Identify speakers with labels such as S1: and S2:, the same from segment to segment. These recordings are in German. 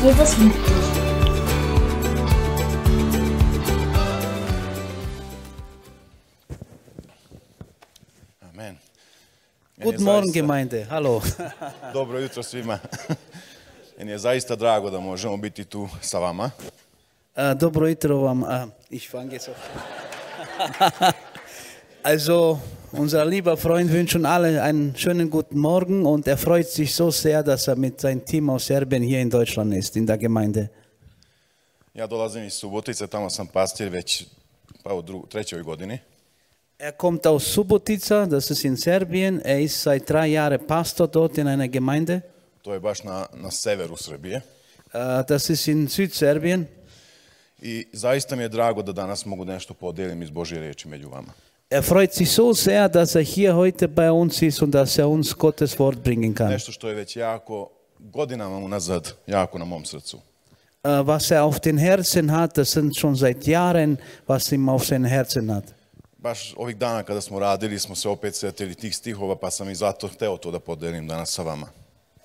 S1: Jesus liebt dich.
S2: Amen. Meni je
S3: Guten Morgen,
S2: zaista-
S3: Gemeinde. Hallo.
S2: Dobro jutro svima. Meni je zaista drago da možemo biti tu sa vama.
S3: Äh, dobro jutro vam. Äh, ich fange jetzt auf. also, unser lieber Freund wünscht uns allen einen schönen guten Morgen und er freut sich so sehr, dass er mit seinem Team aus Serbien hier in Deutschland ist, in der Gemeinde.
S2: Ja dolazim iz Subotice, tamo sam pastir već pa u dru- trećoj godini.
S3: Er kommt aus Subotica, das ist in Serbien. Er ist seit drei Jahren Pastor dort in einer Gemeinde.
S2: To je baš na, na severu Srbije.
S3: Äh, das ist in Südserbien.
S2: I zaista mi je drago da danas mogu nešto podijelim iz Božje riječi među vama.
S3: Er freut sich so sehr, dass er hier heute bei uns ist und dass er uns Gottes Wort bringen kann.
S2: Nešto što je već jako godinama unazad jako na mom srcu.
S3: Äh, Was er auf den Herzen hat, das sind schon seit Jahren, was ihm auf seinem Herzen hat.
S2: Baš ovih dana kada smo radili smo se opet sjetili tih stihova pa sam i zato hteo to da podijelim danas sa vama.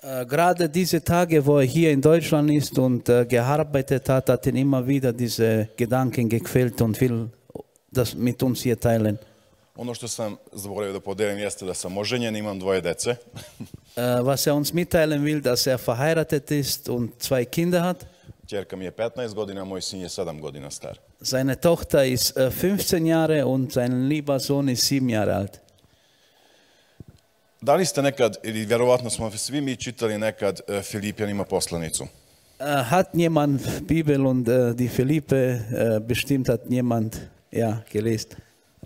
S3: Äh, Gerade diese Tage, wo er hier in Deutschland ist und äh, gearbeitet hat, hat ihn immer wieder diese Gedanken gequält und will das mit uns hier teilen.
S2: Ono što sam zaboravio da podijelim jeste da sam oženjen, imam dvoje dece.
S3: Äh, Was er uns mitteilen will, dass er verheiratet ist und zwei Kinder hat.
S2: Čerka mi je 15 godina, moj sin je 7 godina star.
S3: Seine Tochter ist äh, 15 Jahre und sein lieber Sohn ist 7 Jahre alt.
S2: Da li ste nekad, ili vjerovatno smo svi mi čitali nekad e, Filipijanima poslanicu?
S3: Äh, Hat jemand Bibel und äh, die Philippe äh, bestimmt hat jemand ja gelesen,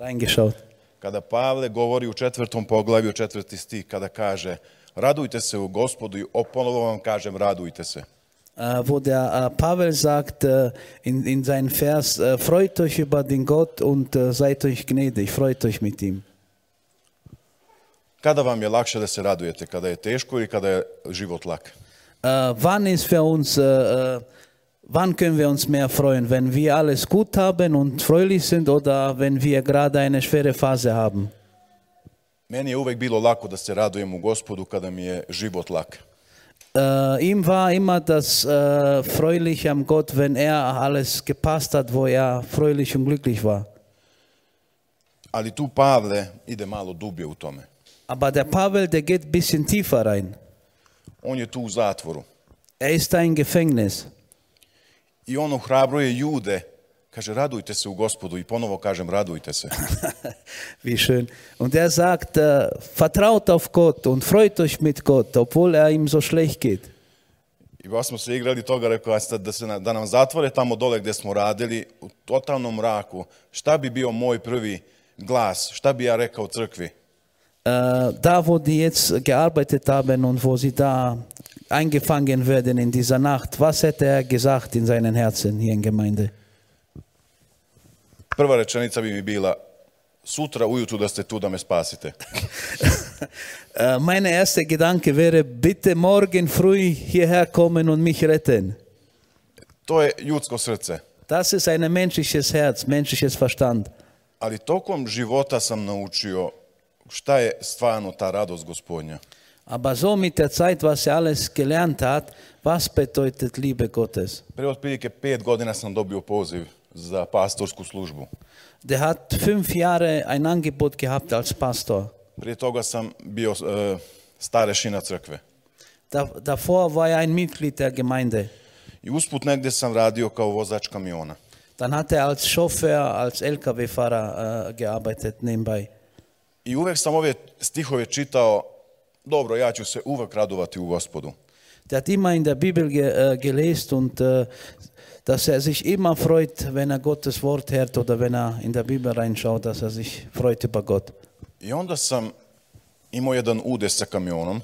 S3: reingeschaut.
S2: Kada Pavle govori u četvrtom poglavlju, četvrti stih, kada kaže radujte se u gospodu i oponovo vam kažem radujte se.
S3: Äh, wo der äh, Pavel sagt äh, in, in seinem Vers, äh, freut euch über den Gott und äh, seid euch gnädig, freut euch mit ihm.
S2: Kada vam je lakše da se radujete? Kada je teško ili kada je život lak?
S3: Äh, wann ist für uns, äh, äh, wann können wir uns mehr freuen, wenn wir alles gut haben und fröhlich sind oder wenn wir gerade eine schwere Phase haben?
S2: Meni je uvek bilo lako da se radujem u gospodu kada mi je život lak.
S3: Äh, ihm war immer das äh, Fröhliche am Gott, wenn er alles gepasst hat, wo er fröhlich und glücklich war.
S2: Ali tu Pavle ide malo dublje u tome.
S3: Aber der Pavel, der geht ein bisschen tiefer rein.
S2: On je tu u zatvoru.
S3: Er ist da im Gefängnis.
S2: I on ohrabruje ljude. Kaže, radujte se u gospodu. I ponovo kažem, radujte se.
S3: Wie schön. Und er sagt, äh, vertraut auf Gott und freut euch mit Gott, obwohl er ihm so schlecht geht.
S2: I baš smo se igrali toga, rekao ja sad da, se na- da nam zatvore tamo dole gdje smo radili, u totalnom mraku. Šta bi bio moj prvi glas? Šta bi ja rekao crkvi?
S3: Äh, da, wo die jetzt gearbeitet haben und wo sie da eingefangen werden in dieser Nacht, was hätte er gesagt in seinen Herzen hier in Gemeinde?
S2: Prva rečenica bi mi bila, sutra ujutru da ste tu da me spasite.
S3: Äh, Mein erster Gedanke wäre, bitte morgen früh hierher kommen und mich retten.
S2: To je ljudsko srce.
S3: Das ist ein menschliches Herz, menschliches Verstand.
S2: Ali tokom života sam naučio šta je stvarno ta radost gospodnja.
S3: Aber so mit der Zeit, was er alles gelernt hat, was bedeutet Liebe Gottes?
S2: Pre otprilike pet godina sam dobio poziv za pastorsku službu.
S3: Der hat fünf Jahre ein Angebot gehabt als Pastor.
S2: Prije toga sam bio e, starešina crkve.
S3: Da, davor war er ein Mitglied der Gemeinde.
S2: I usput negdje sam radio kao vozač kamiona.
S3: Dann hat er als Chauffeur, als Lkw-Fahrer äh, gearbeitet nebenbei.
S2: I uvek sam ove stihove čitao, dobro, ja ću se uvek radovati u gospodu.
S3: Der hat immer in der Bibel ge, äh, gelesen und äh, dass er sich immer freut, wenn er Gottes Wort hört oder wenn er in der Bibel reinschaut, dass er sich freut über Gott.
S2: I onda sam imao jedan udes sa kamionom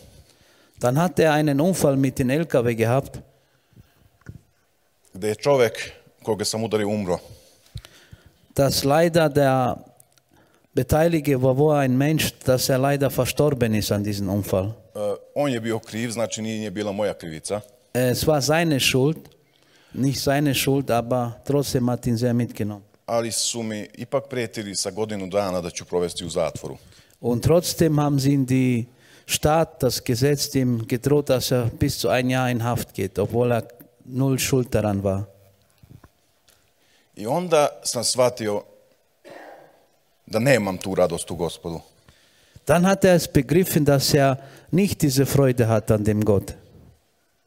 S3: Dann hat er einen Unfall mit dem LKW gehabt.
S2: gdje je čovek koga sam udario umro. E,
S3: dass leider der Beteiligte war, war ein Mensch, dass er leider verstorben ist an diesem Unfall.
S2: E, on je bio kriv, znači nije bila moja krivica.
S3: Es war seine Schuld, nicht seine Schuld, aber trotzdem hat ihn sehr mitgenommen.
S2: ali su mi ipak prijetili sa godinu dana da ću provesti u zatvoru.
S3: Und trotzdem haben sie in die Stadt, das Gesetz ihm gedroht, dass er bis zu ein Jahr in Haft geht, obwohl er null schuld daran war.
S2: I onda sam shvatio da nemam tu radost u gospodu.
S3: Dann hat er es begriffen, dass er nicht diese Freude hat an dem Gott.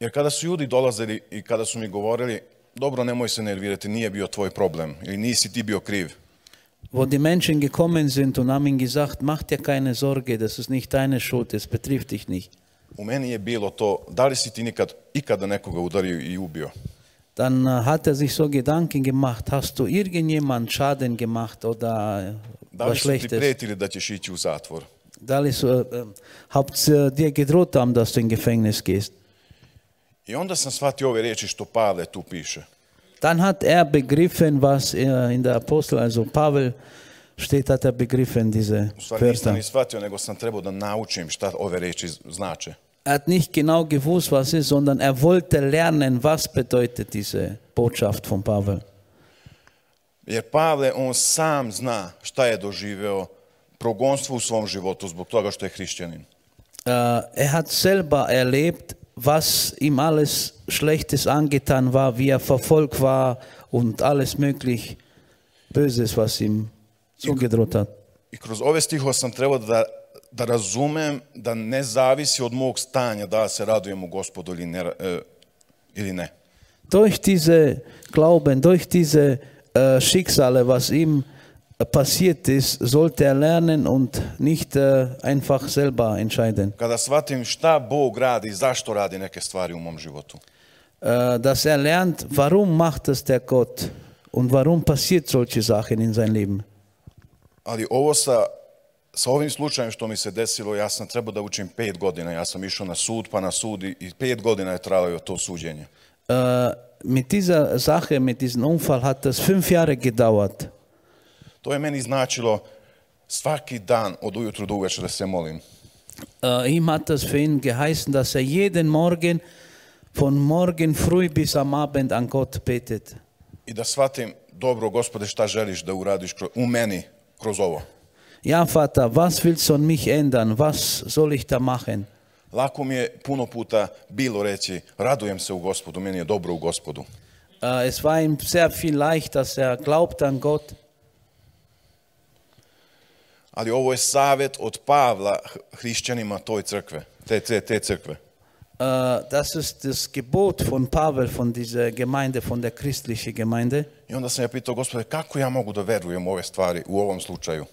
S2: Jer kada su ljudi dolazili i kada su mi govorili, dobro, nemoj se nervirati, nije bio tvoj problem ili nisi ti bio kriv.
S3: Wo die Menschen gekommen sind und haben ihm gesagt, mach dir keine Sorge, das ist nicht deine Schuld, es betrifft dich nicht.
S2: U meni je bilo to, da li si ti nikad, ikada nekoga udario i ubio?
S3: Dann äh, hat er sich so Gedanken gemacht, hast du irgendjemand Schaden gemacht oder äh,
S2: Da li su
S3: was
S2: ti
S3: Schlechtes?
S2: pretili da ćeš ići u zatvor?
S3: Da ist, äh, äh, habt äh, dir gedroht haben, dass du in Gefängnis gehst.
S2: I onda sam shvatio ove riječi što Pavle tu piše.
S3: Dann hat er begriffen, was er in der Apostel, also Pavel steht, hat er begriffen, diese
S2: U stvari nisam
S3: Verse.
S2: ni shvatio, nego sam trebao da naučim šta ove riječi znače.
S3: Er hat nicht genau gewusst, was ist, sondern er wollte lernen, was bedeutet diese Botschaft von Pavel.
S2: Jer Pavle, on sam zna šta je doživeo progonstvo u svom životu zbog toga što je hrišćanin.
S3: Äh, er hat selber erlebt, was ihm alles Schlechtes angetan war, wie er verfolgt war und alles möglich Böses, was ihm zugedroht hat.
S2: I kroz ove stihove sam trebao da, da razumem da ne zavisi od mog stanja da li se radujem u gospodu ili ne. e, ili ne.
S3: Durch diese Glauben, durch diese äh, Schicksale, was ihm äh, passiert ist, sollte er lernen und nicht äh, einfach selber entscheiden.
S2: Kada shvatim šta Bog radi i zašto radi neke stvari u mom životu.
S3: Äh, dass er lernt, warum macht es der Gott und warum passiert solche Sachen in seinem Leben.
S2: Ali ovo sa, sa ovim slučajem što mi se desilo, ja sam trebao da učim pet godina. Ja sam išao na sud, pa na sud i, i pet godina je trajalo to suđenje.
S3: Äh, mit dieser Sache, mit diesem Unfall hat das fünf Jahre gedauert.
S2: To je meni značilo svaki dan od ujutru do uveče da se molim.
S3: Äh, ihm hat das für ihn geheißen, dass er jeden Morgen von morgen früh bis am Abend an Gott betet.
S2: I da shvatim, dobro, gospode, šta želiš da uradiš kro- u meni kroz ovo.
S3: Ja, Vater, was willst du an mich ändern? Was soll ich da machen?
S2: Lako mi je puno puta bilo reći, radujem se u gospodu, meni je dobro u gospodu.
S3: Äh, es war ihm sehr viel leicht, dass er glaubt an Gott.
S2: Ali ovo je savjet od Pavla h- hrišćanima toj crkve, te, te, te crkve.
S3: Äh, das ist das Gebot von Pavel, von dieser Gemeinde, von der christlichen Gemeinde.
S2: I onda sam ja pitao, gospode, kako ja mogu da verujem u ove stvari u ovom slučaju?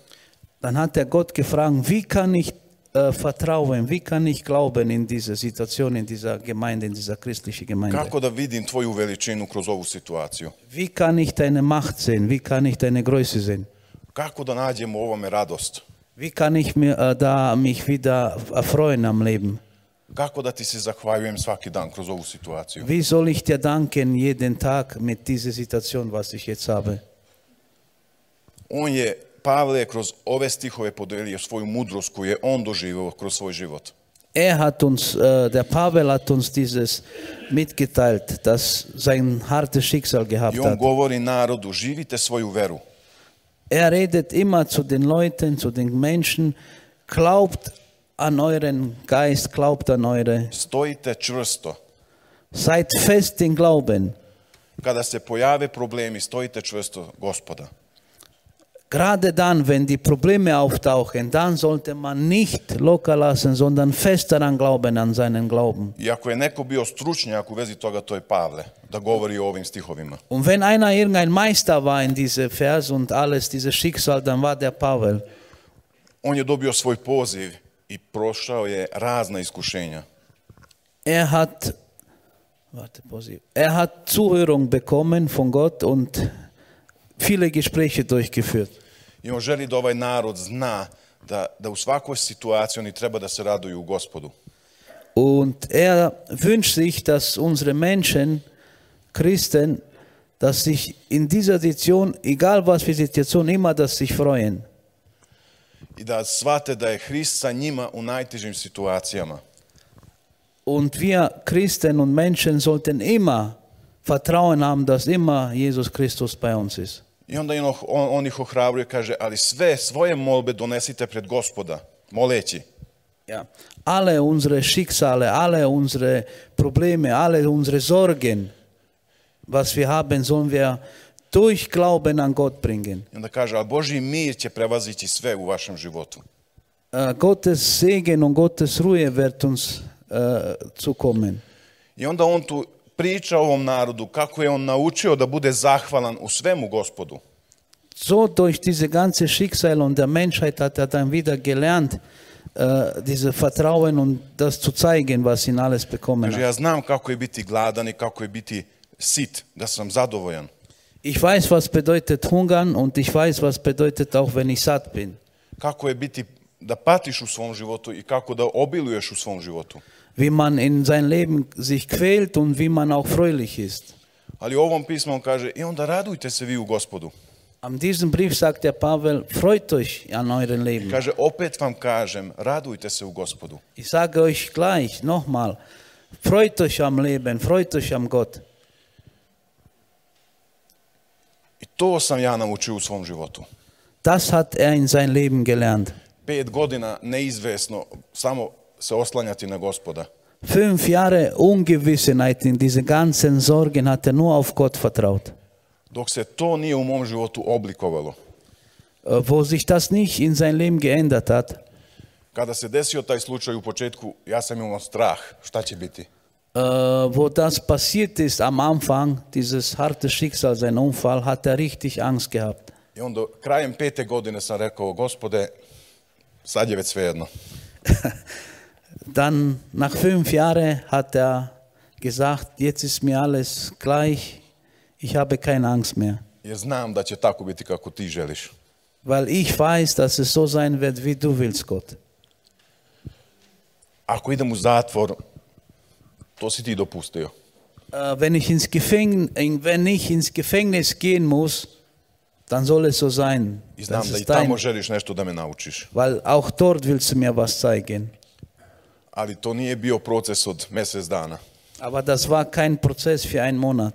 S3: Dann hat er Gott gefragt, wie kann ich äh, vertrauen, wie kann ich glauben in diese Situation, in dieser Gemeinde, in dieser christlichen Gemeinde?
S2: Kako da vidim tvoju veličinu kroz ovu situaciju?
S3: Wie kann ich deine Macht sehen? Wie kann ich deine Größe sehen?
S2: Kako da nađem u ovome radost?
S3: Wie kann ich mir, äh, da mich wieder erfreuen am Leben?
S2: Kako da ti se zahvaljujem svaki dan kroz ovu situaciju?
S3: Wie soll ich dir danken jeden Tag mit dieser Situation, was ich jetzt habe?
S2: On je, Pavle, kroz ove stihove podelio svoju mudrost koju je on doživio kroz svoj život.
S3: Er hat uns, äh, der Pavel hat uns dieses mitgeteilt, dass sein hartes Schicksal gehabt
S2: I on
S3: hat.
S2: govori narodu, živite svoju veru.
S3: Er redet immer zu den Leuten, zu den Menschen, glaubt an euren Geist, glaubt an eure,
S2: Stojite čvrsto.
S3: seid fest im Glauben.
S2: Kada se pojave problemi, stojite čvrsto, gospoda.
S3: Gerade dann, wenn die Probleme auftauchen, dann sollte man nicht locker lassen, sondern fest daran glauben, an seinen Glauben.
S2: I ako je neko bio stručnjak u vezi toga, to je Pavle, da govori o ovim stihovima.
S3: Und wenn einer irgendein Meister war in diese Vers und alles, dieses Schicksal, dann war der Pavel.
S2: On je dobio svoj poziv i prošao je razna iskušenja.
S3: Er hat, warte, Posi- er hat Zuhörung bekommen von Gott und viele Gespräche durchgeführt.
S2: I on želi da ovaj narod zna da, da u svakoj situaciji oni treba da se raduju u gospodu.
S3: Und er wünscht sich, dass unsere Menschen, Christen, dass sich in dieser Situation, egal was für Situation, immer, dass sich freuen.
S2: I da shvate da je Hrist sa njima u najtežim situacijama.
S3: Und wir Christen und Menschen sollten immer Vertrauen haben, dass immer Jesus Christus bei uns ist.
S2: I onda on, on, on ih ohrabruje, kaže, ali sve svoje molbe donesite pred gospoda, moleći.
S3: Ja. Alle unsere Schicksale, alle unsere Probleme, alle unsere Sorgen was wir haben, sollen wir durch Glauben an Gott bringen.
S2: I onda kaže, a Božji mir će prevazići sve u vašem životu.
S3: Äh, Gottes Segen und Gottes Ruhe wird uns äh, zukommen.
S2: I onda on tu priča ovom narodu kako je on naučio da bude zahvalan u svemu gospodu.
S3: So durch diese ganze Schicksal und der Menschheit hat er dann wieder gelernt, äh, diese Vertrauen und das zu zeigen, was ihn alles bekommen
S2: Kaže,
S3: hat.
S2: ja znam kako je biti gladan i kako je biti sit, da sam zadovoljan.
S3: Ich weiß, was bedeutet hungern und ich weiß, was bedeutet auch, wenn ich satt bin.
S2: Kako je biti da patiš u svom životu i kako da obiluješ u svom životu.
S3: Wie man in sein Leben sich quält und wie man auch fröhlich ist.
S2: Ali u ovom pismu on kaže, i onda radujte se vi u gospodu.
S3: An diesem Brief sagt der Pavel, freut euch an eurem Leben.
S2: Kaže, opet vam kažem, radujte se u gospodu.
S3: Ich sage euch gleich nochmal, freut euch am Leben, freut euch am Gott.
S2: I to sam ja naučio u svom životu.
S3: Das hat er in sein Leben gelernt.
S2: Pet godina neizvesno samo se oslanjati na gospoda.
S3: Fünf Jahre Ungewissenheit in diese ganzen Sorgen hat er nur auf Gott vertraut.
S2: Dok se to nije u mom životu oblikovalo.
S3: Äh, Wo sich das nicht in sein Leben geändert hat,
S2: Kada se desio taj slučaj u početku, ja sam imao strah. Šta će biti?
S3: äh, wo das passiert ist am Anfang, dieses harte Schicksal, sein Unfall, hat er richtig Angst gehabt.
S2: I onda krajem pete godine sam rekao, gospode, sad je već svejedno.
S3: Dann nach fünf Jahren hat er gesagt, jetzt ist mir alles gleich, ich habe keine Angst mehr,
S2: Jer znam da će tako biti kako ti želiš.
S3: weil ich weiß, dass es so sein wird, wie du willst, Gott.
S2: Ako idem u zatvor, to si ti dopustio.
S3: Äh, wenn, ich ins Gefäng- in- wenn ich ins Gefängnis gehen muss, dann soll es so sein.
S2: I znam
S3: Das
S2: da i
S3: ist
S2: tamo
S3: dein,
S2: želiš nešto da me naučiš.
S3: weil auch dort willst du mir was zeigen.
S2: Ali to nije bio proces od mjesec dana.
S3: Aber das war kein Prozess für einen Monat,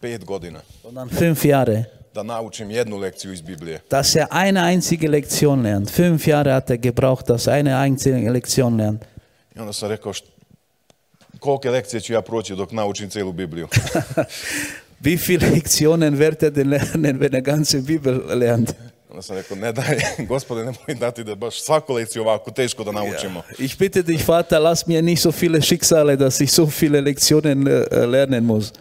S2: Pet godina.
S3: sondern fünf Jahre.
S2: Da naučim jednu lekciju iz Biblije.
S3: Dass er eine einzige Lektion lernt. Fünf Jahre hat er gebraucht, dass er eine einzige Lektion lernt.
S2: I onda sam rekao, št- kolike lekcije ću ja proći dok naučim cijelu Bibliju.
S3: Wie viele Lektionen wird er denn lernen, wenn er ganze Bibel lernt?
S2: Onda sam rekao, ne daj, gospode, nemoj dati da baš svaku lekciju ovako teško da naučimo.
S3: Ich bitte dich, Vater, lass mir nicht so viele Schicksale, dass ich so viele Lektionen äh, lernen muss.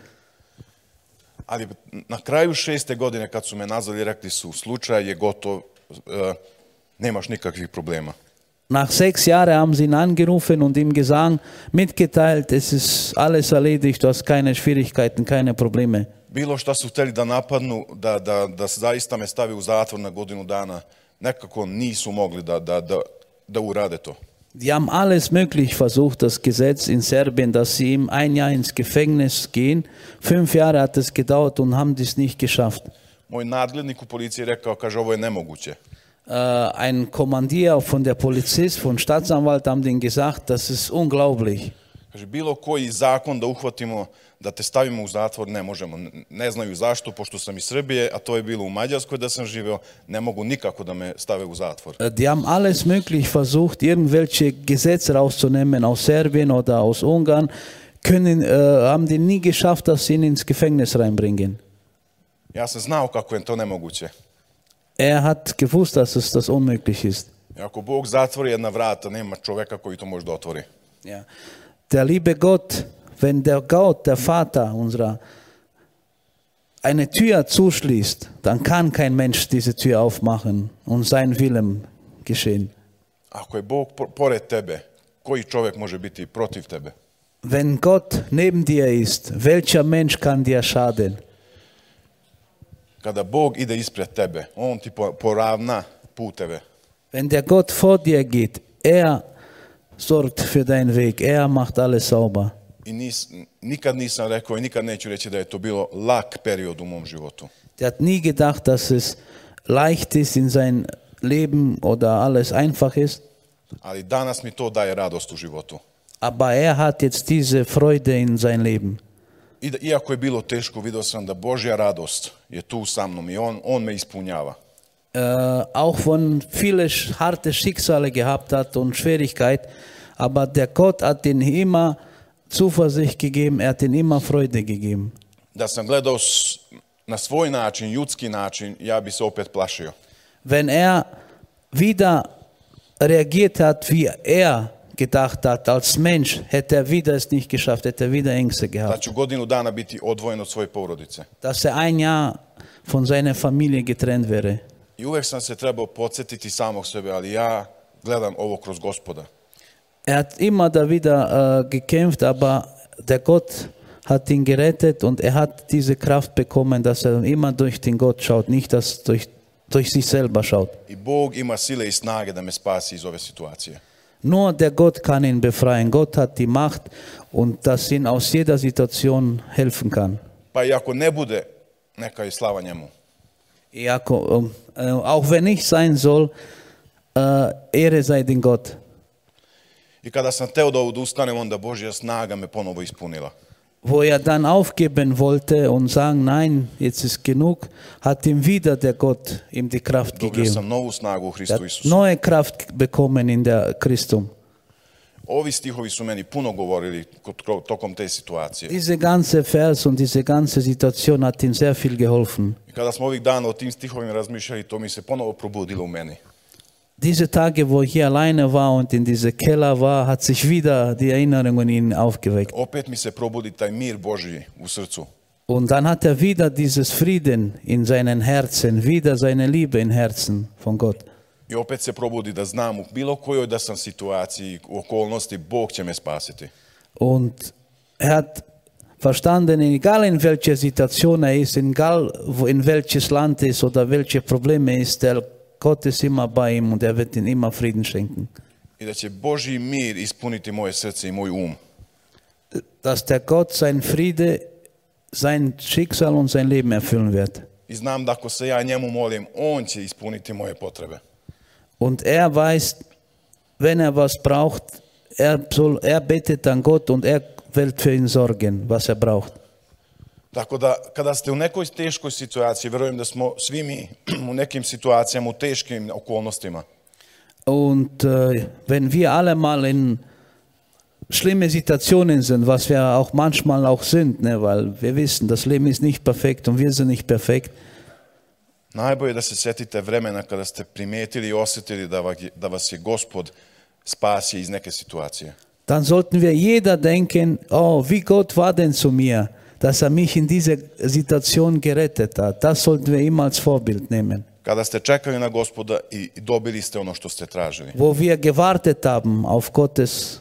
S2: Ali na kraju šeste godine kad su me nazvali, rekli su, slučaj je gotov, e, nemaš nikakvih problema.
S3: Nach sechs Jahren haben sie ihn angerufen und ihm gesagt, mitgeteilt, es ist alles erledigt, du hast keine Schwierigkeiten, keine Probleme.
S2: Bilo šta su htjeli da napadnu, da, da, da se zaista me stavi u zatvor na godinu dana, nekako nisu mogli da, da, da, da urade to.
S3: Die haben alles möglich versucht, das Gesetz in Serbien, dass sie ihm ein Jahr ins Gefängnis gehen. Fünf Jahre hat es gedauert und haben dies nicht geschafft.
S2: Moj nadglednik u policiji je rekao, kaže, ovo je nemoguće.
S3: Äh, ein Kommandier von der Polizist, von Staatsanwalt haben denen gesagt, das ist unglaublich.
S2: Kaže, bilo koji zakon da uhvatimo, da te stavimo u zatvor, ne možemo. N- Ne znaju zašto, pošto sam iz Srbije, a to je bilo u Mađarskoj da sam živeo, ne mogu nikako da me stave u zatvor.
S3: Äh, Die haben alles möglich versucht, irgendwelche Gesetze rauszunehmen aus Serbien oder aus Ungarn, können, äh, haben die nie geschafft, dass sie ihn ins Gefängnis reinbringen.
S2: Ja sam znao kako je to nemoguće.
S3: Er hat gewusst, dass es das unmöglich ist.
S2: I Ako Bog zatvori jedna vrata, nema čoveka koji to može da otvori.
S3: Ja. Der liebe Gott, wenn der Gott, der Vater unserer, eine Tür zuschließt, dann kann kein Mensch diese Tür aufmachen und sein Willen geschehen.
S2: Ako je Bog po- pored tebe, koji čovek može biti protiv tebe?
S3: Wenn Gott neben dir ist, welcher Mensch kann dir schaden?
S2: Kada Bog ide ispred tebe, On ti po- poravna puteve.
S3: Wenn der Gott vor dir geht, er sorgt für deinen Weg, er macht alles sauber.
S2: I nis, nikad nisam rekao i nikad neću reći da je to bilo lak period u mom životu.
S3: Der hat nie gedacht, dass es leicht ist in sein Leben oder alles einfach ist,
S2: Ali danas mi to daje radost u životu.
S3: aber er hat jetzt diese Freude in sein Leben.
S2: I da, iako je bilo teško, vidio sam da Božja radost je tu sa mnom i on, on me ispunjava.
S3: Äh, auch wenn viele sch- harte Schicksale gehabt hat und Schwierigkeit, aber der Gott hat ihm immer Zuversicht gegeben, er hat ihm immer Freude gegeben.
S2: Da sam gledao s- na svoj način, ljudski način, ja bi se opet plašio.
S3: Wenn er wieder reagiert hat, wie er gedacht hat, als Mensch, hätte er wieder es nicht geschafft, hätte er wieder Ängste
S2: Da
S3: gehabt.
S2: ću godinu dana biti odvojen od svoje porodice.
S3: Dass er ein Jahr von seiner Familie getrennt wäre.
S2: I uvek sam se trebao podsjetiti samog sebe, ali ja gledam ovo kroz gospoda.
S3: Er hat immer da wieder äh, gekämpft, aber der Gott hat ihn gerettet und er hat diese Kraft bekommen, dass er immer durch den Gott schaut, nicht dass durch, durch sich selber schaut.
S2: I Bog ima sile i snage da me spasi iz ove situacije.
S3: Nur der Gott kann ihn befreien. Gott hat die Macht und das ihn aus jeder Situation helfen kann.
S2: Pa i ako ne bude, neka je slava njemu.
S3: Jako, äh, auch wenn ich sein soll, äh, Ehre sei dem Gott.
S2: I kada sam teo da odustanem, onda Božja snaga me ponovo ispunila.
S3: Wo er dann aufgeben wollte und sagen, nein, jetzt ist genug, hat ihm wieder der Gott ihm die Kraft
S2: Dobio
S3: gegeben.
S2: sam novu snagu u
S3: Er
S2: Hristu
S3: hat
S2: Isusu.
S3: neue Kraft bekommen in der Christum.
S2: Ovi stihovi su meni puno govorili kod- tokom te situacije.
S3: Diese ganze Vers und diese ganze Situation hat ihm sehr viel geholfen.
S2: I kada smo ovih dana o tim stihovima razmišljali, to mi se ponovo probudilo u meni.
S3: Diese Tage, wo ich hier alleine war und in diese Keller war, hat sich wieder die Erinnerung an ihn aufgeweckt.
S2: Opet mi se probudi taj mir Božji u srcu.
S3: Und dann hat er wieder dieses Frieden in seinen Herzen, wieder seine Liebe im Herzen von Gott.
S2: I opet se probudi da znam u bilo kojoj da sam situaciji, u okolnosti, Bog će me spasiti.
S3: Und er hat verstanden, egal in welcher Situation er ist, egal wo- in welches Land er ist oder welche Probleme er ist, der Gott ist immer bei ihm und er wird ihm immer Frieden schenken.
S2: I da će Božji mir ispuniti moje srce i moj um.
S3: Dass der Gott sein Friede, sein Schicksal und sein Leben erfüllen wird.
S2: I znam da ako se ja njemu molim, On će ispuniti moje potrebe.
S3: Und er weiß, wenn er was braucht, er, soll, er betet an Gott und er wird für ihn sorgen, was er braucht.
S2: Tako da, kada ste u nekoj teškoj situaciji, verujem da smo svi mi u nekim situacijama, u teškim okolnostima.
S3: Und äh, wenn wir alle mal in schlimme Situationen sind, was wir auch manchmal auch sind, ne, weil wir wissen, das Leben ist nicht perfekt und wir sind nicht perfekt,
S2: Najbolje da se sjetite vremena kada ste primijetili i osjetili da, va, da vas je gospod spasio iz neke situacije.
S3: dann sollten wir jeder denken, oh, wie Gott war denn zu mir, dass er mich in dieser Situation gerettet hat. Das sollten wir immer als Vorbild nehmen.
S2: Kada ste čekali na gospoda i i dobili ste ono što ste tražili.
S3: wo wir gewartet haben auf Gottes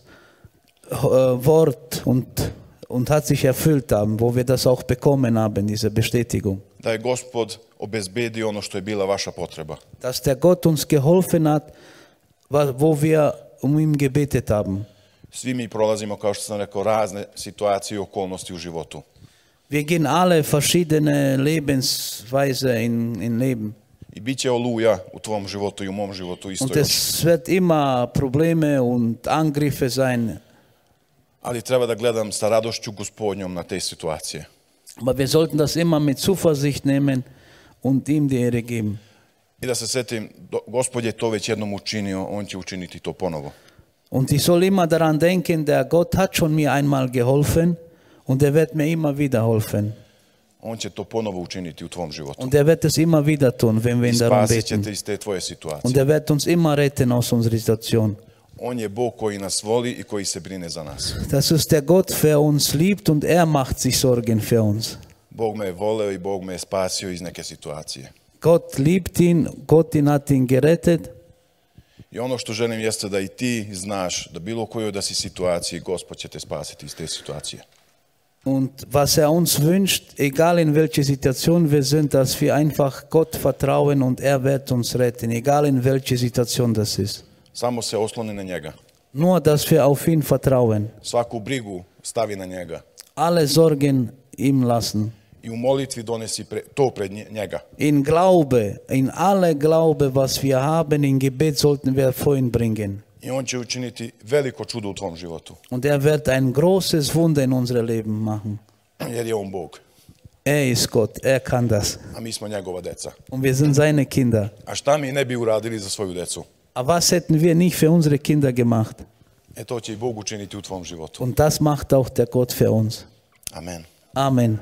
S3: äh, Wort und, und hat sich erfüllt haben, wo wir das auch bekommen haben, diese Bestätigung.
S2: Da je gospod obezbedio ono što je bila vaša potreba.
S3: Dass der Gott uns geholfen hat, wa- wo wir um ihn gebetet haben.
S2: Svi mi prolazimo, kao što sam rekao, razne situacije i okolnosti u životu.
S3: Wir gehen alle verschiedene Lebensweise in, in Leben.
S2: I bit će oluja u tvom životu i u mom životu isto
S3: Und
S2: još.
S3: es wird immer Probleme und Angriffe sein.
S2: Ali treba da gledam sa radošću gospodnjom na te situacije.
S3: Aber wir sollten das immer mit Zuversicht nehmen und ihm die Ehre geben.
S2: I da se setim, do- gospod je to već jednom učinio, on će učiniti to ponovo.
S3: Und ich soll immer daran denken, der Gott hat schon mir einmal geholfen und er wird mir immer wieder helfen.
S2: On će to ponovo učiniti u tvom životu.
S3: Und er wird es immer wieder tun, wenn wir ihn darum
S2: Spasit će
S3: beten.
S2: te iz te tvoje
S3: Und
S2: situacije.
S3: er wird uns immer retten aus unserer Situation.
S2: On je Bog koji nas voli i koji se brine za nas.
S3: Das ist der Gott, der uns liebt und er macht sich Sorgen für uns.
S2: Bog me je voleo i Bog me je spasio iz neke situacije.
S3: Gott liebt ihn, Gott ihn hat ihn gerettet.
S2: I ono što želim jeste da i ti znaš da bilo kojoj da si situaciji, gospod će te spasiti iz te situacije.
S3: Und was er uns wünscht, egal in welcher Situation wir sind, dass wir einfach Gott vertrauen und er wird uns retten, egal in welcher Situation das ist.
S2: Samo se osloni na njega.
S3: Nur, dass wir auf ihn vertrauen.
S2: Svaku brigu stavi na njega.
S3: alle Sorgen ihm lassen.
S2: I u molitvi donesi pre, to pred nje- njega.
S3: In Glaube, in alle Glaube, was wir haben, in Gebet sollten wir vor ihn bringen.
S2: I on će učiniti veliko čudo u tvom životu.
S3: Und er wird ein großes Wunder in unserem Leben machen.
S2: Jer je on Bog.
S3: Er ist Gott, er kann das.
S2: A mi smo njegova deca.
S3: Und wir sind seine Kinder.
S2: A šta mi ne bi uradili za svoju decu?
S3: Aber was hätten wir nicht für unsere Kinder gemacht?
S2: E to će i Bog učiniti u tvom životu.
S3: Und das macht auch der Gott für uns.
S2: Amen.
S3: Amen.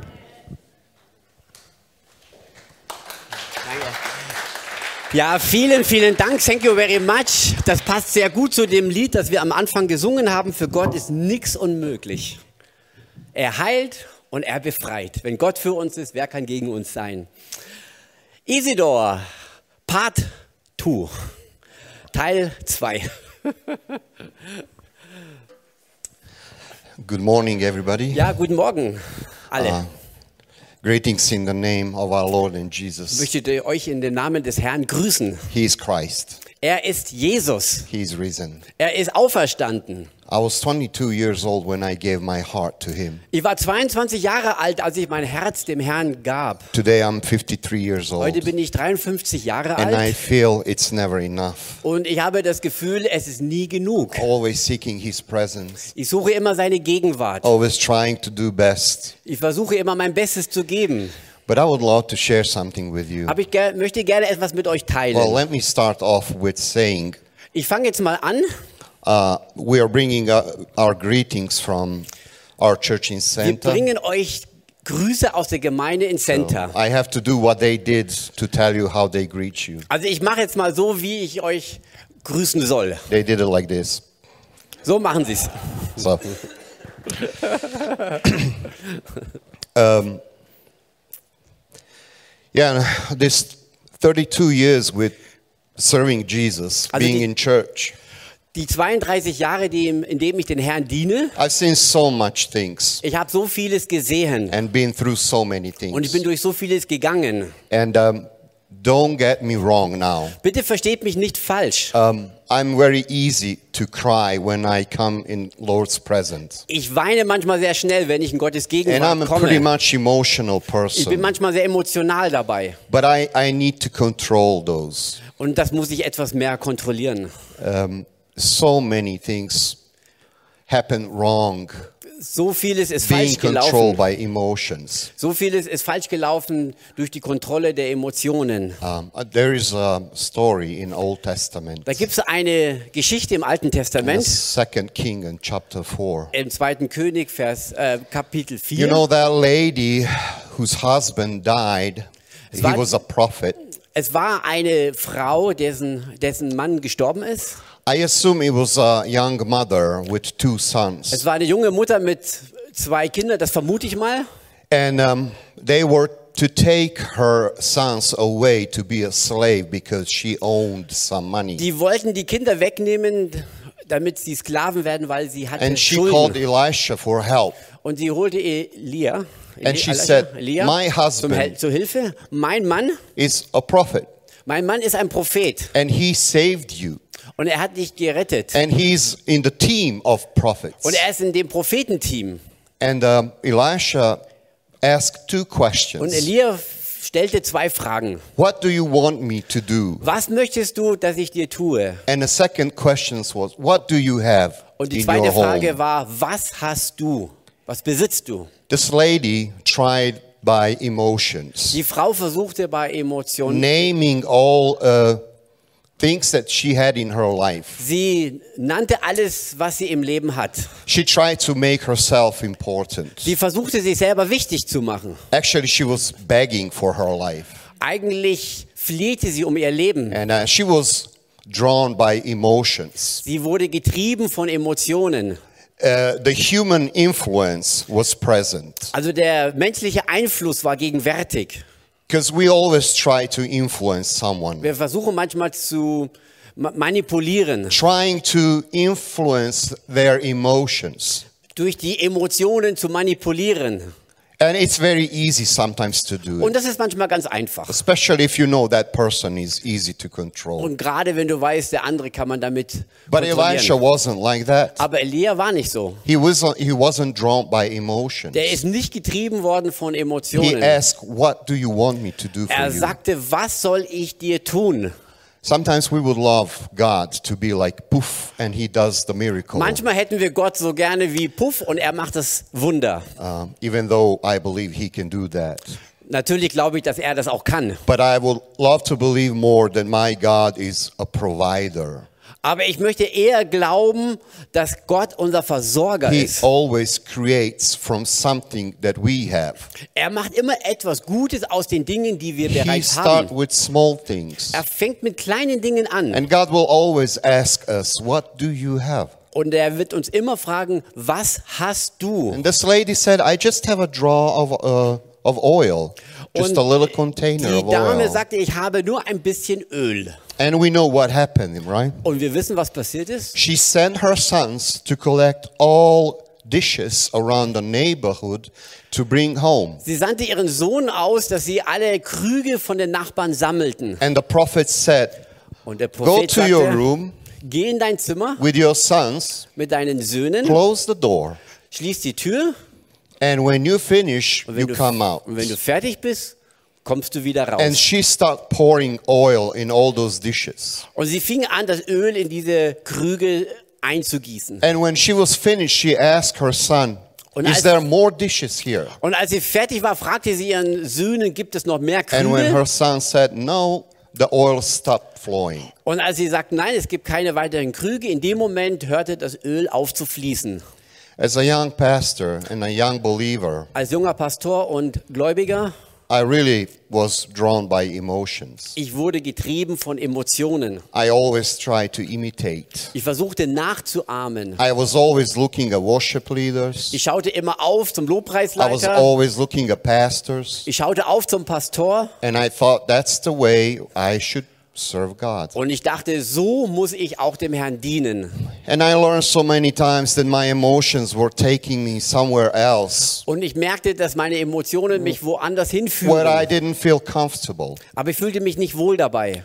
S1: Ja, vielen, vielen Dank. Thank you very much. Das passt sehr gut zu dem Lied, das wir am Anfang gesungen haben. Für Gott ist nichts unmöglich. Er heilt und er befreit. Wenn Gott für uns ist, wer kann gegen uns sein? Isidor, Part 2, Teil 2.
S4: Good morning, everybody.
S1: Ja, guten Morgen, alle.
S4: Greetings in the name of our Lord and
S1: Ich
S4: Jesus.
S1: möchte euch in dem Namen des Herrn grüßen.
S4: He is Christ.
S1: Er ist Jesus.
S4: He is risen.
S1: Er ist auferstanden.
S4: I was 22 years old when I gave my heart to Him.
S1: Ich war 22 Jahre alt, als ich mein Herz dem Herrn gab.
S4: Today I'm 53 years old.
S1: Heute bin ich 53 Jahre
S4: And I
S1: alt
S4: feel it's never enough.
S1: und ich habe das Gefühl, es ist nie genug.
S4: Always seeking His presence.
S1: Ich suche immer seine Gegenwart.
S4: Always trying to do best.
S1: Ich versuche immer mein Bestes zu geben.
S4: But I would love to share something with you.
S1: Aber ich ger möchte gerne etwas mit euch
S4: Well,
S1: teilen.
S4: let me start off with saying
S1: Ich fange jetzt mal an.
S4: uh, we are bringing uh, our greetings from our church in
S1: Wir
S4: Santa.
S1: bringen euch Grüße aus der Gemeinde in Center.
S4: I have to do what they did to tell you how they greet you.
S1: Also ich mache jetzt mal so, wie ich euch grüßen soll.
S4: They did it like this.
S1: So machen sie es.
S4: So. um, yeah, this 32 years with serving Jesus,
S1: Also
S4: being
S1: die-
S4: in church,
S1: Die 32 Jahre, die, in denen ich den Herrn diene,
S4: I've seen so much things
S1: ich habe so vieles gesehen
S4: and been through so many
S1: und ich
S4: things.
S1: bin durch so vieles gegangen.
S4: And um, don't get me wrong now.
S1: Bitte versteht mich nicht falsch.
S4: Um, I'm very easy to cry when I come in Lord's presence.
S1: Ich weine manchmal sehr schnell, wenn ich in Gottes
S4: And I'm
S1: Gegenwart
S4: a pretty
S1: komme.
S4: much emotional
S1: Ich bin
S4: person.
S1: manchmal sehr emotional dabei
S4: But I, I need to control those.
S1: und das muss ich etwas mehr kontrollieren.
S4: Um, so many things happen wrong,
S1: So vieles ist
S4: being
S1: falsch gelaufen.
S4: controlled by emotions.
S1: So vieles ist falsch gelaufen durch die Kontrolle der Emotionen.
S4: Um, uh, there is a story in Old Testament,
S1: Da gibt es eine Geschichte im Alten
S4: in
S1: Testament,
S4: Second King and chapter four.
S1: im zweiten König, Vers, äh, Kapitel 4.
S4: You know that lady whose husband died. He
S1: war-
S4: was a prophet.
S1: es war eine Frau, dessen, dessen Mann gestorben ist.
S4: I assume it was a young mother with two
S1: Es
S4: sons,
S1: war eine junge Mutter mit zwei Kindern, das vermute ich mal.
S4: and um, they were to take her sons away to be a slave because she owned some money.
S1: Die wollten die Kinder wegnehmen, damit sie Sklaven werden, weil sie hatte
S4: And she called
S1: Schulden.
S4: Elisha for help.
S1: Und sie holte Elia,
S4: And she
S1: Elisha,
S4: said,
S1: Elia
S4: "My
S1: zum
S4: husband-
S1: Hel zur Hilfe. Mein Mann,
S4: He's a prophet,
S1: mein Mann ist ein Prophet
S4: and he saved you.
S1: und er hat dich gerettet.
S4: And he's in the team of prophets.
S1: Und er ist in dem Prophetenteam.
S4: And um, Elisha asked two
S1: Und
S4: questions.
S1: Elia f- stellte zwei Fragen.
S4: What do you want me to do?
S1: Was möchtest du, dass ich dir tue?
S4: And the second question was, What do you have
S1: Und die
S4: in your
S1: zweite Frage
S4: home?
S1: war, was hast du? Was besitzt du?
S4: This lady tried by emotions,
S1: Die Frau versuchte bei Emotionen,
S4: Ne- naming all uh, things that she had in her life.
S1: sie nannte alles, was sie im Leben hat.
S4: She tried to make herself important.
S1: Sie versuchte sich selber wichtig zu machen.
S4: Actually, she was begging for her life,
S1: Eigentlich flehte sie um ihr Leben.
S4: and uh, she was drawn by emotions.
S1: Sie wurde getrieben von Emotionen.
S4: Uh, the human influence was present
S1: Also der menschliche Einfluss war gegenwärtig.
S4: because we always try to influence someone,
S1: Wir versuchen manchmal zu ma- manipulieren
S4: trying to influence their emotions.
S1: durch die Emotionen zu manipulieren.
S4: And it's very easy sometimes to do
S1: Und
S4: it,
S1: das ist manchmal ganz einfach.
S4: especially if you know that person is easy to control.
S1: Und gerade wenn du weißt, der andere kann man damit
S4: But Elisha
S1: kontrollieren.
S4: wasn't like that.
S1: Aber Elia war nicht so.
S4: He wasn't, he wasn't drawn by emotions.
S1: Der ist nicht getrieben worden von
S4: He
S1: Emotionen.
S4: asked, What do you want me to do for
S1: Er
S4: you?
S1: sagte, was soll ich dir tun?
S4: Sometimes we would love God to be like poof and he does the miracle.
S1: Manchmal hätten wir Gott so gerne wie Puff und er macht das Wunder.
S4: Um, even though I believe he can do that.
S1: Natürlich glaube ich, dass er das auch kann.
S4: But I would love to believe more that my God is a provider.
S1: Aber ich möchte eher glauben, dass Gott unser Versorger
S4: He
S1: ist.
S4: always creates from something that we have.
S1: Er macht immer etwas Gutes aus den Dingen, die wir
S4: He
S1: bereits
S4: starts
S1: haben.
S4: with small things.
S1: Er fängt mit kleinen Dingen an
S4: And God will always ask us, What do you have?
S1: und er wird uns immer fragen, was hast du?
S4: And this lady said, I just have a draw of, uh, of oil, just a little container
S1: die
S4: of
S1: Dame
S4: oil.
S1: sagte, ich habe nur ein bisschen Öl.
S4: And we know what happened, right?
S1: Und wir wissen, was passiert ist.
S4: She sent her sons to collect all dishes around the neighborhood to bring home.
S1: Sie sandte ihren Sohn aus, dass sie alle Krüge von den Nachbarn sammelten.
S4: And the prophet said,
S1: Und der
S4: Go
S1: Prophet uh,
S4: to your
S1: sagte,
S4: room
S1: geh in dein Zimmer
S4: with your sons,
S1: mit deinen Söhnen,
S4: close the door,
S1: schließ die Tür
S4: and when you finish,
S1: und wenn, du,
S4: you come out.
S1: und wenn du fertig bist, kommst du wieder
S4: And
S1: raus.
S4: she started pouring oil in all those dishes.
S1: Und sie fing an, das Öl in diese Krüge einzugießen.
S4: And when she was finished, she asked her son,
S1: Und
S4: Is
S1: als-
S4: there more dishes here?
S1: Und als sie fertig war, fragte sie ihren Söhnen, gibt es noch mehr
S4: And when
S1: Krüge?
S4: her son said no, the oil stopped flowing.
S1: Und als sie sagten, nein, es gibt keine weiteren Krüge, in dem Moment hörte das Öl auf zu fließen.
S4: As a young pastor and a young believer,
S1: Als junger Pastor und Gläubiger,
S4: I really was drawn by emotions.
S1: ich wurde getrieben von Emotionen.
S4: I always tried to imitate.
S1: Ich versuchte nachzuahmen.
S4: I was always looking at worship leaders.
S1: Ich schaute immer auf zum
S4: I was
S1: Lobpreisleiter.
S4: always looking at pastors.
S1: Ich schaute auf zum Pastor
S4: And I thought that's the way I should serve God.
S1: und ich dachte, so muss ich auch dem Herrn dienen.
S4: And I learned so many times that my emotions were taking me somewhere else
S1: Und ich merkte, dass meine Emotionen mich woanders
S4: where I
S1: hinführen.
S4: didn't feel comfortable.
S1: Aber ich fühlte mich nicht wohl dabei.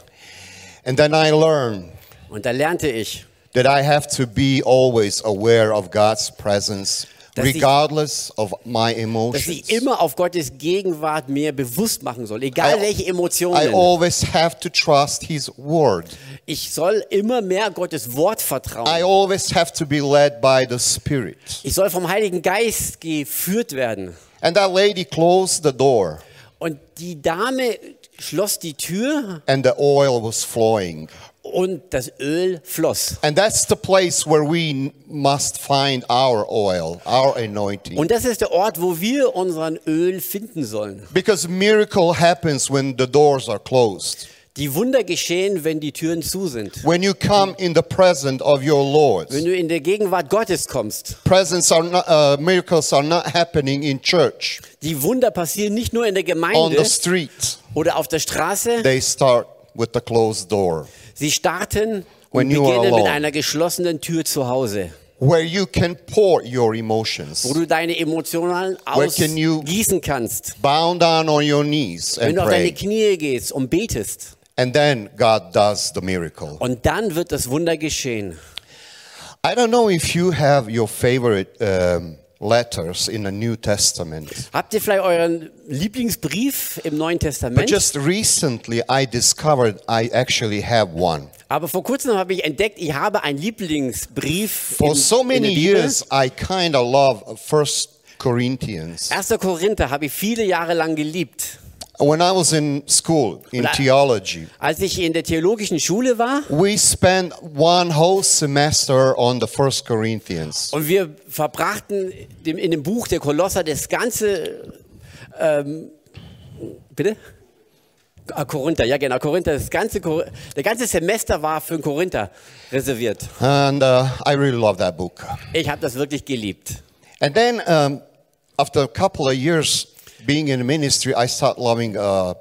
S4: And then I learned
S1: Und da lernte ich,
S4: that I have to be always aware of God's presence,
S1: Dass ich-
S4: regardless of my
S1: dass
S4: emotions.
S1: ich immer auf Gottes Gegenwart mir bewusst machen soll, egal
S4: I-
S1: welche
S4: I
S1: Emotionen.
S4: always have to trust His word.
S1: Ich soll immer mehr Gottes Wort
S4: I
S1: vertrauen.
S4: always have to be led by the Spirit.
S1: Ich soll vom Heiligen Geist geführt werden.
S4: And that lady closed the door,
S1: Und die Dame schloss die Tür
S4: and the oil was flowing.
S1: und das Öl floss.
S4: And that's the place where we n- must find our oil, our anointing.
S1: Und das ist der Ort, wo wir unseren Öl finden sollen.
S4: Because miracle happens when the doors are closed.
S1: Die Wunder geschehen, wenn die Türen zu sind.
S4: When you come in the presence of your Lord.
S1: Wenn du in der Gegenwart Gottes kommst.
S4: Presence are not, uh, miracles are not happening in church,
S1: Die Wunder passieren nicht nur in der
S4: on the
S1: Gemeinde
S4: street.
S1: oder auf der Straße.
S4: They start with the closed door
S1: Sie starten und
S4: When you are
S1: beginnen mit
S4: alone.
S1: einer geschlossenen Tür zu Hause,
S4: where you can pour your emotions,
S1: wo du deine Emotionen
S4: Where can you-
S1: ausgießen kannst.
S4: bow down on your knees
S1: Wenn
S4: and
S1: du auf deine
S4: pray.
S1: Knie gehst und betest.
S4: And then God does the miracle.
S1: Und dann wird das Wunder geschehen.
S4: I don't know if you have your favorite um, letters in the New Testament,
S1: Habt ihr vielleicht euren Lieblingsbrief im Neuen
S4: but
S1: Testament?
S4: just recently I discovered I actually have one.
S1: Aber vor kurzem habe ich entdeckt, ich habe einen Lieblingsbrief
S4: For
S1: in,
S4: so
S1: in der
S4: many
S1: Bibel.
S4: years, I kind of love uh, First Corinthians.
S1: 1. Korinther habe ich viele Jahre lang geliebt.
S4: When I was in school in
S1: When I-
S4: theology,
S1: Als ich in der theologischen Schule war
S4: we spent one whole semester on the First Corinthians.
S1: und wir verbrachten dem, in dem Buch der Kolosser das ganze, ähm, bitte? Ah, Korinther, ja genau, Korinther, das ganze, Kor- der ganze Semester war für den Korinther reserviert.
S4: And uh, I really love that book.
S1: Ich habe das wirklich geliebt.
S4: And then um, after a couple of years being in ministry, I started loving uh,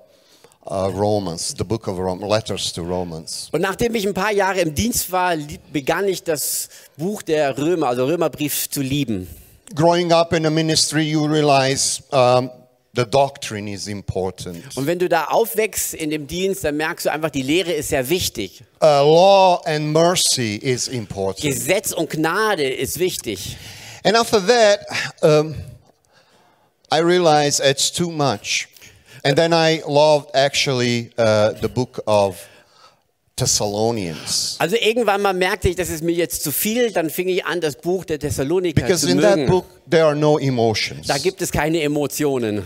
S4: uh, Romans, the book of Rom- letters to Romans.
S1: Und nachdem ich ein paar Jahre im Dienst war, lieb- begann ich das Buch der Römer, also Römerbrief, zu lieben.
S4: Growing up in the ministry, you realize um, the doctrine is important.
S1: Und wenn du da aufwächst in dem Dienst, dann merkst du einfach, die Lehre ist sehr wichtig.
S4: Uh, law and mercy is important.
S1: Gesetz und Gnade ist wichtig.
S4: And after that, um, I realized it's too much. And then I loved actually uh, the book of Thessalonians.
S1: Also irgendwann mal merkte ich, das ist mir jetzt zu viel, dann fing ich an, das Buch der Thessaloniker
S4: Because
S1: zu
S4: in that
S1: mögen.
S4: book, there are no emotions.
S1: da gibt es keine Emotionen.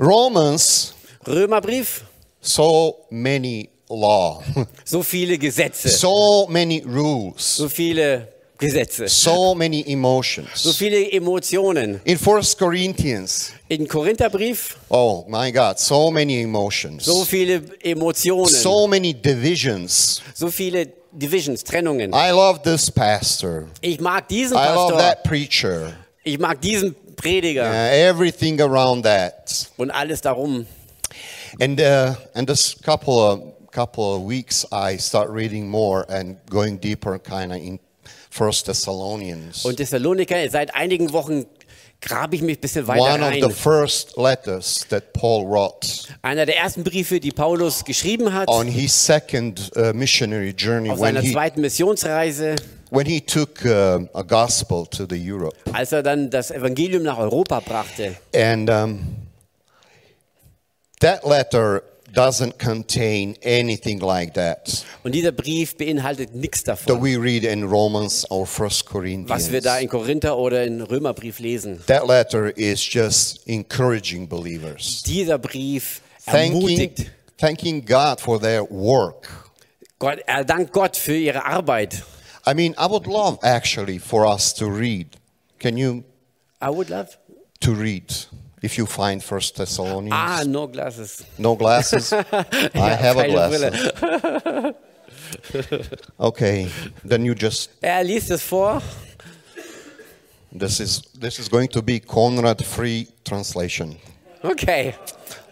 S4: Romans,
S1: Römerbrief,
S4: so many law,
S1: So viele Gesetze,
S4: so many rules,
S1: so viele Gesetze,
S4: so many
S1: so
S4: emotions.
S1: viele Emotionen.
S4: In First Corinthians,
S1: In Korintherbrief
S4: oh my God, so many emotions,
S1: so viele Emotionen,
S4: so many divisions.
S1: so viele Divisions, Trennungen.
S4: I love this pastor.
S1: Ich mag diesen
S4: I love
S1: Pastor,
S4: that preacher.
S1: ich mag diesen
S4: Uh,
S1: Prediger
S4: everything around that.
S1: und alles darum.
S4: And uh, and this couple of couple of weeks, I start reading more and going deeper, kind of in First Thessalonians.
S1: Und Thessaloniker, seit einigen Wochen grabe ich mich ein bisschen weiter
S4: One of the
S1: rein.
S4: first letters that Paul wrote
S1: Einer der ersten Briefe, die Paulus geschrieben hat,
S4: on his second uh, missionary journey
S1: auf
S4: when
S1: seiner
S4: he
S1: zweiten Missionsreise,
S4: when he took uh, a gospel to the Europe.
S1: als er dann das Evangelium nach Europa brachte.
S4: And um, that letter doesn't contain anything like that
S1: Und dieser Brief beinhaltet nichts
S4: that
S1: davon,
S4: we read in Romans or First
S1: was wir da
S4: Corinthians.
S1: in Korinther oder in Römerbrief lesen.
S4: That letter is just encouraging believers,
S1: Dieser Brief
S4: thanking,
S1: ermutigt.
S4: thanking God for their work.
S1: Gott, er dankt Gott für ihre Arbeit.
S4: I mean, I would love actually for us to read. Can you
S1: I would love.
S4: to read if you find First Thessalonians?
S1: Ah, no glasses.
S4: No glasses. I have a
S1: keine
S4: glasses.
S1: Brille.
S4: Okay, then you just
S1: Er liest es vor.
S4: This is this is going to be Conrad free translation.
S1: Okay.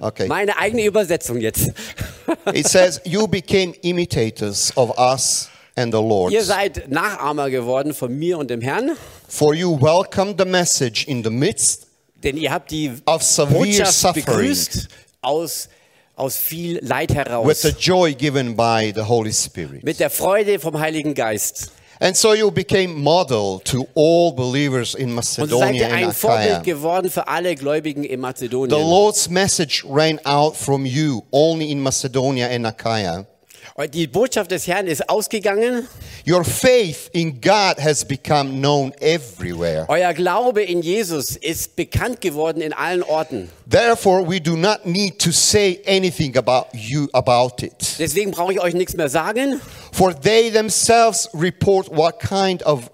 S4: Okay.
S1: Meine eigene Übersetzung jetzt.
S4: It says you became imitators of us and the Lord.
S1: Ihr seid Nachahmer geworden von mir und dem Herrn,
S4: For you welcomed the message in the midst
S1: denn ihr habt die
S4: of severe
S1: Botschaft
S4: suffering
S1: begrüßt aus, aus viel Leid
S4: with the
S1: heraus,
S4: joy given by the Holy Spirit.
S1: mit der Freude vom Heiligen Geist.
S4: And so you became model to all believers in
S1: Und so seid
S4: Macedonia
S1: ihr
S4: and
S1: ein Vorbild
S4: Achaia.
S1: geworden für alle Gläubigen in
S4: The
S1: Mazedonien.
S4: Lord's message ran out from you only in Macedonia and Achaia.
S1: Und die Botschaft des Herrn ist ausgegangen.
S4: Your faith in God has become known everywhere.
S1: Euer Glaube in Jesus ist bekannt geworden in allen Orten.
S4: Therefore, we do not need to say anything about you about it.
S1: Deswegen brauche ich euch nichts mehr sagen.
S4: For they themselves report what kind of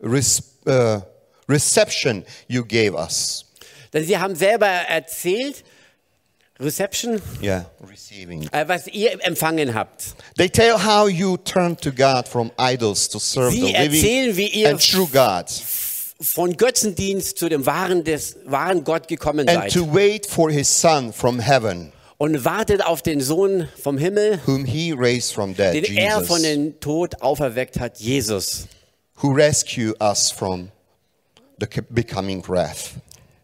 S4: res- uh, reception you gave us.
S1: Denn sie haben selber erzählt, Reception,
S4: Yeah. Receiving.
S1: äh, was ihr empfangen habt.
S4: They tell how you turned to God from idols to serve
S1: Sie
S4: the
S1: erzählen, wie
S4: living
S1: ihr-
S4: and true God,
S1: Von Götzendienst zu dem wahren, des, wahren Gott gekommen
S4: and
S1: seid.
S4: to wait for his Son from heaven,
S1: Und wartet auf den Sohn vom Himmel,
S4: whom he raised from dead,
S1: den er von
S4: Jesus,
S1: den Tod auferweckt hat, Jesus.
S4: who rescued us from the c- becoming wrath.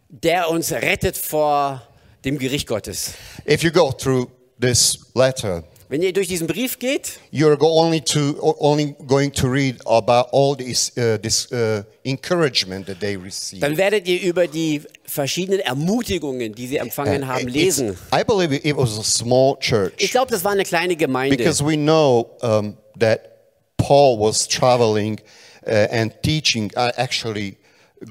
S1: der uns rettet vor dem Gericht Gottes.
S4: If you go through this letter,
S1: Wenn ihr durch diesen Brief geht,
S4: you're go- only to o- only going to read about all this uh, this uh, encouragement that they receive.
S1: dann werdet ihr über die verschiedenen Ermutigungen, die sie empfangen haben,
S4: Äh, It's-
S1: lesen.
S4: I believe it was a small
S1: Ich
S4: church
S1: glaube, das war eine kleine Gemeinde.
S4: because we know um, that Paul was traveling uh, and teaching, uh, actually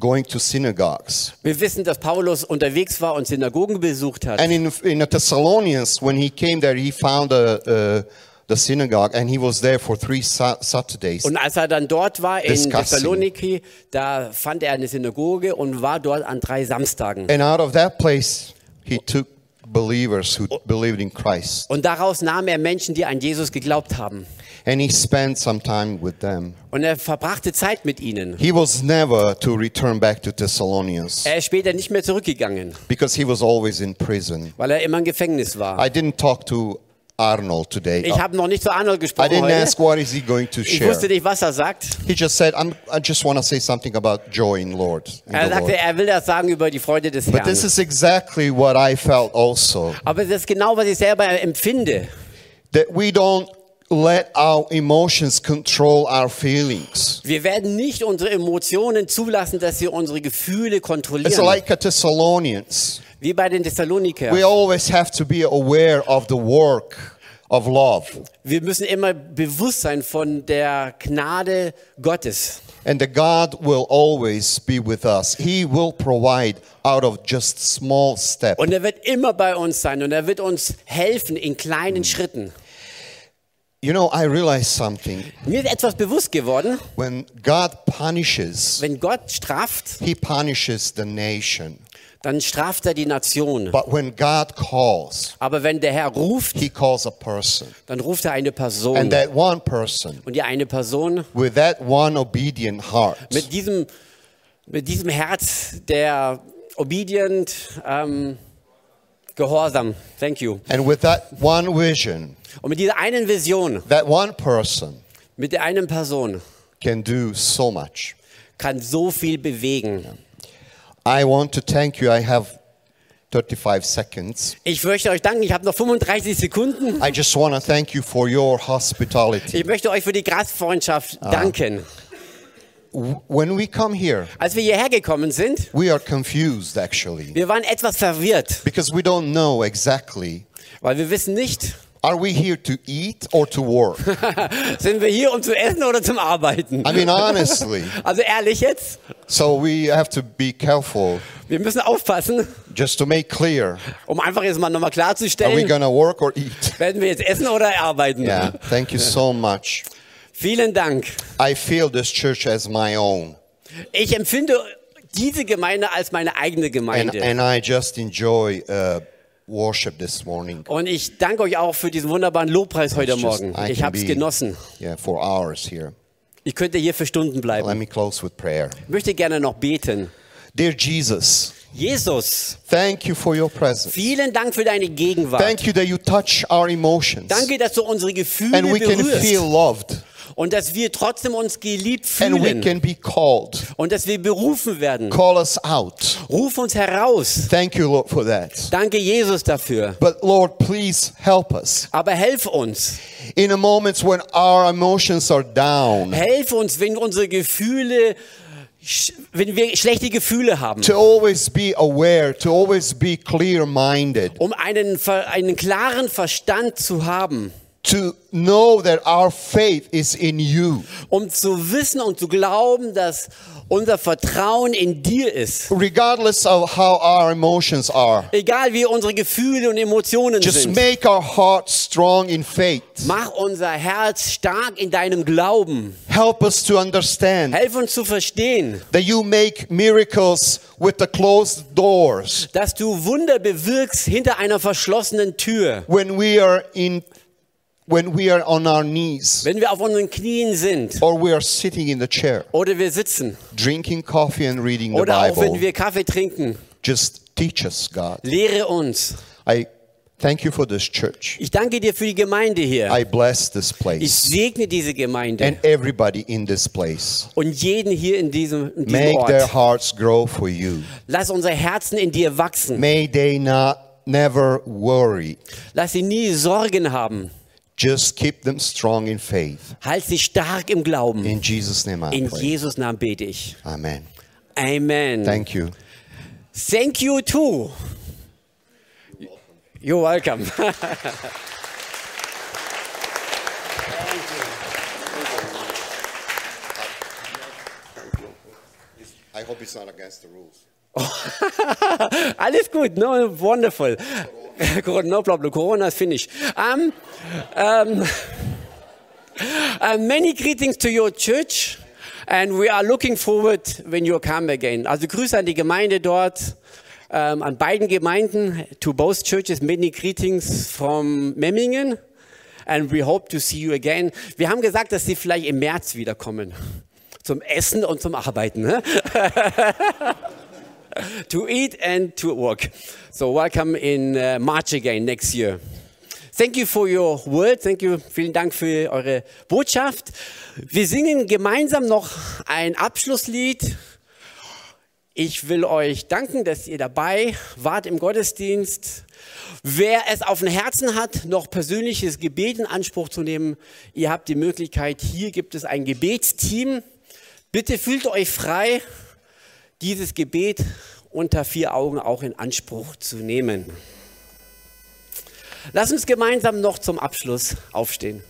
S4: going to synagogues.
S1: Wir wissen, dass Paulus unterwegs war und Synagogen besucht hat.
S4: And in in the Thessalonians, when he came there, he found a, uh, the synagogue and he was there for three sa- Saturdays.
S1: Und als er dann dort war in
S4: Discussing.
S1: Thessaloniki, da fand er eine Synagoge und war dort an drei Samstagen.
S4: And out of that place, he took believers who believed in Christ.
S1: Und daraus nahm er Menschen, die an Jesus geglaubt haben.
S4: and he spent some time with them.
S1: Und er verbrachte Zeit mit ihnen.
S4: He was never to return back to Thessalonians
S1: Er ist später nicht mehr zurückgegangen,
S4: because he was always in prison.
S1: weil er immer im Gefängnis war.
S4: I didn't talk to Arnold today.
S1: Ich habe noch nicht zu Arnold
S4: I
S1: gesprochen
S4: didn't ask
S1: heute.
S4: what is he going to
S1: Ich
S4: share.
S1: wusste nicht, was er sagt.
S4: He just said, I'm, I just want to say something about joy in Lord. in
S1: Er
S4: the
S1: sagte,
S4: Lord."
S1: er will das sagen über die Freude des
S4: But this
S1: Herrn.
S4: is exactly what I felt also.
S1: Aber das ist genau, was ich selber empfinde.
S4: That we don't let our emotions control our feelings.
S1: Wir werden nicht unsere Emotionen zulassen, dass sie unsere Gefühle
S4: It's
S1: kontrollieren.
S4: like a Thessalonians.
S1: Wie bei den
S4: We
S1: Thessalonikern.
S4: always have to be aware of the work of love.
S1: Wir müssen immer bewusst sein von der Gnade Gottes.
S4: And the God will always be with us. He will provide out of just small steps. Mm.
S1: Und er wird immer bei uns sein und er wird uns helfen in kleinen Schritten.
S4: You know, I realized something.
S1: Mir ist etwas bewusst geworden,
S4: When God punishes,
S1: wenn Gott straft,
S4: He punishes the nation.
S1: dann straft er die Nation.
S4: But when God calls,
S1: Aber wenn der Herr ruft,
S4: He calls a person.
S1: dann ruft er eine Person.
S4: And that one person,
S1: Und die eine Person
S4: with that one obedient heart,
S1: mit diesem, mit diesem Herz, der obedient, ähm, gehorsam, thank you.
S4: and with that one vision,
S1: Und mit dieser einen Vision,
S4: that one person
S1: mit der einen Person
S4: can do so much.
S1: kann so viel bewegen.
S4: I want to thank you. I have 35 seconds.
S1: Ich möchte euch danken, ich habe noch 35 Sekunden.
S4: I just want to thank you for your hospitality.
S1: Ich möchte euch für die Gastfreundschaft
S4: Ah.
S1: danken.
S4: When we come here,
S1: Als wir hierher gekommen sind,
S4: we are confused actually
S1: wir waren etwas verwirrt,
S4: because we don't know exactly
S1: weil wir wissen nicht,
S4: are we here to eat or to work?
S1: sind wir hier, um zu essen oder zum Arbeiten.
S4: I mean, honestly.
S1: Also ehrlich jetzt,
S4: So we have to be careful
S1: wir müssen aufpassen,
S4: just to make clear
S1: um einfach jetzt mal nochmal
S4: are we
S1: klarzustellen,
S4: going to work or eat?
S1: werden wir jetzt essen oder arbeiten.
S4: Yeah, thank you so much.
S1: Vielen Dank.
S4: I feel this church as my own,
S1: Ich empfinde diese Gemeinde als meine eigene
S4: and,
S1: Gemeinde.
S4: and I just enjoy uh, worship this morning.
S1: Und ich danke euch auch für diesen wunderbaren Lobpreis heute
S4: It's just-
S1: Morgen.
S4: I
S1: Ich
S4: can
S1: habe es
S4: be-
S1: genossen.
S4: Yeah, for hours here.
S1: Ich könnte hier für Stunden
S4: Let
S1: bleiben.
S4: me close with prayer.
S1: Ich möchte gerne noch beten.
S4: Dear Jesus,
S1: Jesus,
S4: thank you for your presence.
S1: vielen Dank für deine Gegenwart.
S4: Thank you that you touch our emotions
S1: Danke, dass du unsere Gefühle
S4: and we can feel
S1: berührst
S4: loved
S1: und dass wir trotzdem uns geliebt
S4: and we
S1: fühlen
S4: can be called.
S1: und dass wir berufen werden.
S4: Call us out.
S1: Ruf uns heraus.
S4: Thank you, Lord, for that.
S1: Danke, Jesus, dafür.
S4: But Lord, please help us.
S1: Aber helf uns.
S4: In the moments when our emotions are down,
S1: Helf uns, wenn unsere Gefühle, sch- wenn wir schlechte Gefühle haben,
S4: to always be aware, to always be clear minded,
S1: um einen, ver- einen klaren Verstand zu haben,
S4: to know that our faith is in you.
S1: um zu wissen und zu glauben, dass unser Vertrauen in dir ist.
S4: Regardless of how our emotions are,
S1: Egal wie unsere Gefühle und Emotionen
S4: just
S1: sind.
S4: make our heart strong in faith.
S1: Mach unser Herz stark in deinem Glauben.
S4: Help us to understand
S1: Helf uns zu verstehen,
S4: that you make miracles with the closed doors
S1: dass du Wunder bewirkst hinter einer verschlossenen Tür,
S4: when we are in when we are on our knees
S1: wenn wir auf unseren Knien sind
S4: or we are sitting in the chair
S1: oder wir sitzen
S4: drinking coffee and reading the
S1: oder auch wenn
S4: Bible.
S1: wir Kaffee trinken.
S4: Just teach us, God.
S1: Lehre uns.
S4: I thank you for this church.
S1: Ich danke dir für die Gemeinde hier.
S4: I bless this
S1: Ich
S4: place
S1: segne diese Gemeinde
S4: and everybody in this place.
S1: und jeden hier in diesem, in diesem
S4: Make their
S1: Ort.
S4: hearts grow for you.
S1: Lass unser Herzen in dir wachsen.
S4: May they not never worry.
S1: Lass sie nie Sorgen haben.
S4: Just keep them strong in faith.
S1: Halt sie stark im Glauben.
S4: In Jesus' name I
S1: In
S4: pray.
S1: Jesus Namen bete ich.
S4: Amen.
S1: Amen.
S4: Thank you.
S1: Thank you too. You're welcome.
S4: I hope it's not against the rules.
S1: Alles gut, no, wonderful. No problem, Corona is finished. Um, um, uh, many greetings to your church and we are looking forward when you come again. Also Grüße an die Gemeinde dort, um, an beiden Gemeinden, to both churches, many greetings from Memmingen and we hope to see you again. Wir haben gesagt, dass sie vielleicht im März wiederkommen. Zum Essen und zum Arbeiten. Ne? to eat and to work. So welcome in uh, March again next year. Thank you for your word. Thank you. Vielen Dank für eure Botschaft. Wir singen gemeinsam noch ein Abschlusslied. Ich will euch danken, dass ihr dabei wart im Gottesdienst. Wer es auf dem Herzen hat, noch persönliches Gebet in Anspruch zu nehmen, ihr habt die Möglichkeit, hier gibt es ein Gebetsteam. Bitte fühlt euch frei, dieses Gebet unter vier Augen auch in Anspruch zu nehmen. Lass uns gemeinsam noch zum Abschluss aufstehen.